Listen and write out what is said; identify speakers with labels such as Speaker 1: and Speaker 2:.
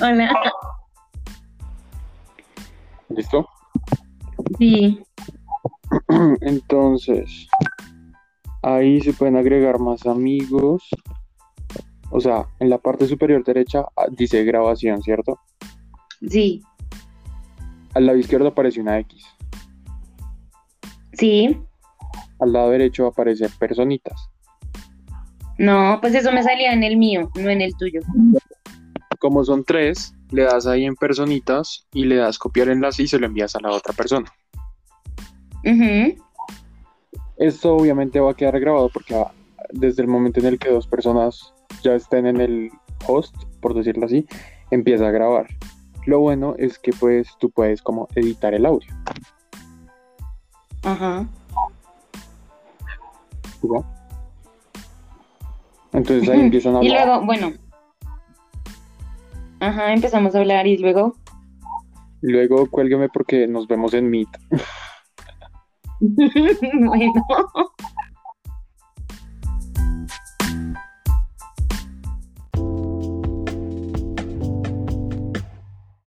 Speaker 1: Hola.
Speaker 2: ¿Listo?
Speaker 1: Sí.
Speaker 2: Entonces, ahí se pueden agregar más amigos. O sea, en la parte superior derecha ah, dice grabación, ¿cierto?
Speaker 1: Sí.
Speaker 2: Al lado izquierdo aparece una X.
Speaker 1: Sí.
Speaker 2: Al lado derecho aparece personitas.
Speaker 1: No, pues eso me salía en el mío, no en el tuyo.
Speaker 2: Como son tres, le das ahí en personitas y le das copiar enlace y se lo envías a la otra persona.
Speaker 1: Ujú.
Speaker 2: Esto obviamente va a quedar grabado porque ah, desde el momento en el que dos personas ya estén en el host, por decirlo así, empieza a grabar. Lo bueno es que pues tú puedes como editar el audio.
Speaker 1: Ajá.
Speaker 2: ¿no? Entonces Pues ahí
Speaker 1: Ujú.
Speaker 2: empiezan a
Speaker 1: Y
Speaker 2: hablar.
Speaker 1: luego, bueno. Ajá, empezamos a hablar y luego.
Speaker 2: Luego cuélgueme porque nos vemos en Meet.
Speaker 1: bueno.